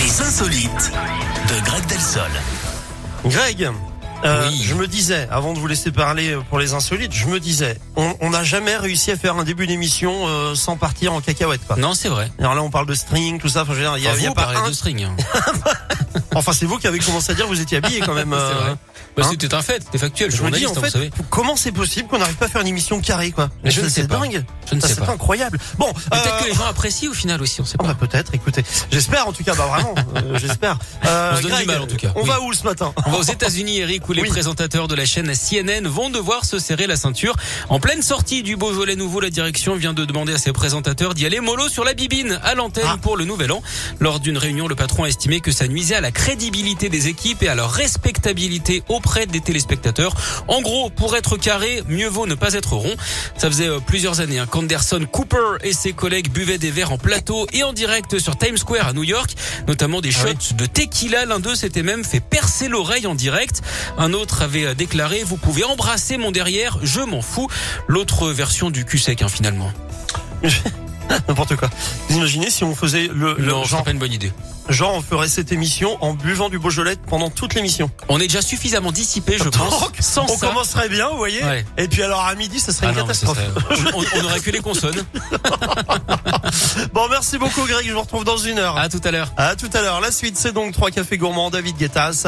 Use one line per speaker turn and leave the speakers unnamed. insolites de Greg Delsol.
Greg, euh,
Oui.
je me disais, avant de vous laisser parler pour les insolites, je me disais, on on n'a jamais réussi à faire un début d'émission euh, sans partir en cacahuète. Quoi.
Non, c'est vrai.
Alors là, on parle de string, tout ça. Enfin, je veux dire, il y a,
Enfin,
il y a
vous
pas
parlez
un-
de string. hein.
Enfin, c'est vous qui avez commencé à dire, vous étiez habillé quand même.
C'est
euh,
vrai. Bah,
hein.
C'était un fait, c'était factuel.
Je me dis
journaliste,
en
hein, vous
fait,
savez.
comment c'est possible qu'on n'arrive pas à faire une émission carrée, quoi
Mais je
C'est-
ne sais
C'est
pas.
dingue.
Je ne
Ça,
sais
C'est
pas.
incroyable. Bon,
Peut-être
euh,
que les gens apprécient au final aussi, on sait
Ah
pas.
bah peut-être, écoutez. J'espère en tout cas, bah vraiment, euh, j'espère. Euh,
On se donne du
Greg,
mal, en tout cas.
On
Oui.
va où ce matin
On va aux États-Unis, Eric, où les
Oui.
présentateurs de la chaîne CNN vont devoir se serrer la ceinture. En pleine sortie du Beaujolais Nouveau, la direction vient de demander à ses présentateurs d'y aller mollo sur la bibine à l'antenne
Ah.
pour le Nouvel An. Lors d'une réunion, le patron a estimé que ça nuisait à la crédibilité des équipes et à leur respectabilité auprès des téléspectateurs. En gros, pour être carré, mieux vaut ne pas être rond. Ça faisait euh, plusieurs années hein, qu'Anderson Cooper et ses collègues buvaient des verres en plateau et en direct sur Times Square à New York, notamment des shots
Ah oui.
de tequila. L'un d'eux s'était même fait percer l'oreille en direct. Un autre avait euh, déclaré "Vous pouvez embrasser mon derrière, je m'en fous." L'autre version du cul sec hein, finalement.
N'importe quoi. Vous imaginez si on faisait le, le
non, c'est
genre,
pas une bonne idée.
genre, on ferait cette émission en buvant du Beaujolais pendant toute l'émission.
On est déjà suffisamment dissipé, je pense.
Donc,
sans
on
ça.
commencerait bien, vous voyez.
Ouais.
Et puis alors à midi, ça serait
Ah
une
non, mais ce
catastrophe.
serait- on, on aurait que les consonnes.
Bon,
Ah.
merci beaucoup, Greg. Je vous retrouve dans une heure.
À tout à l'heure.
À tout à l'heure. La suite, c'est donc trois cafés gourmands. David Guetta.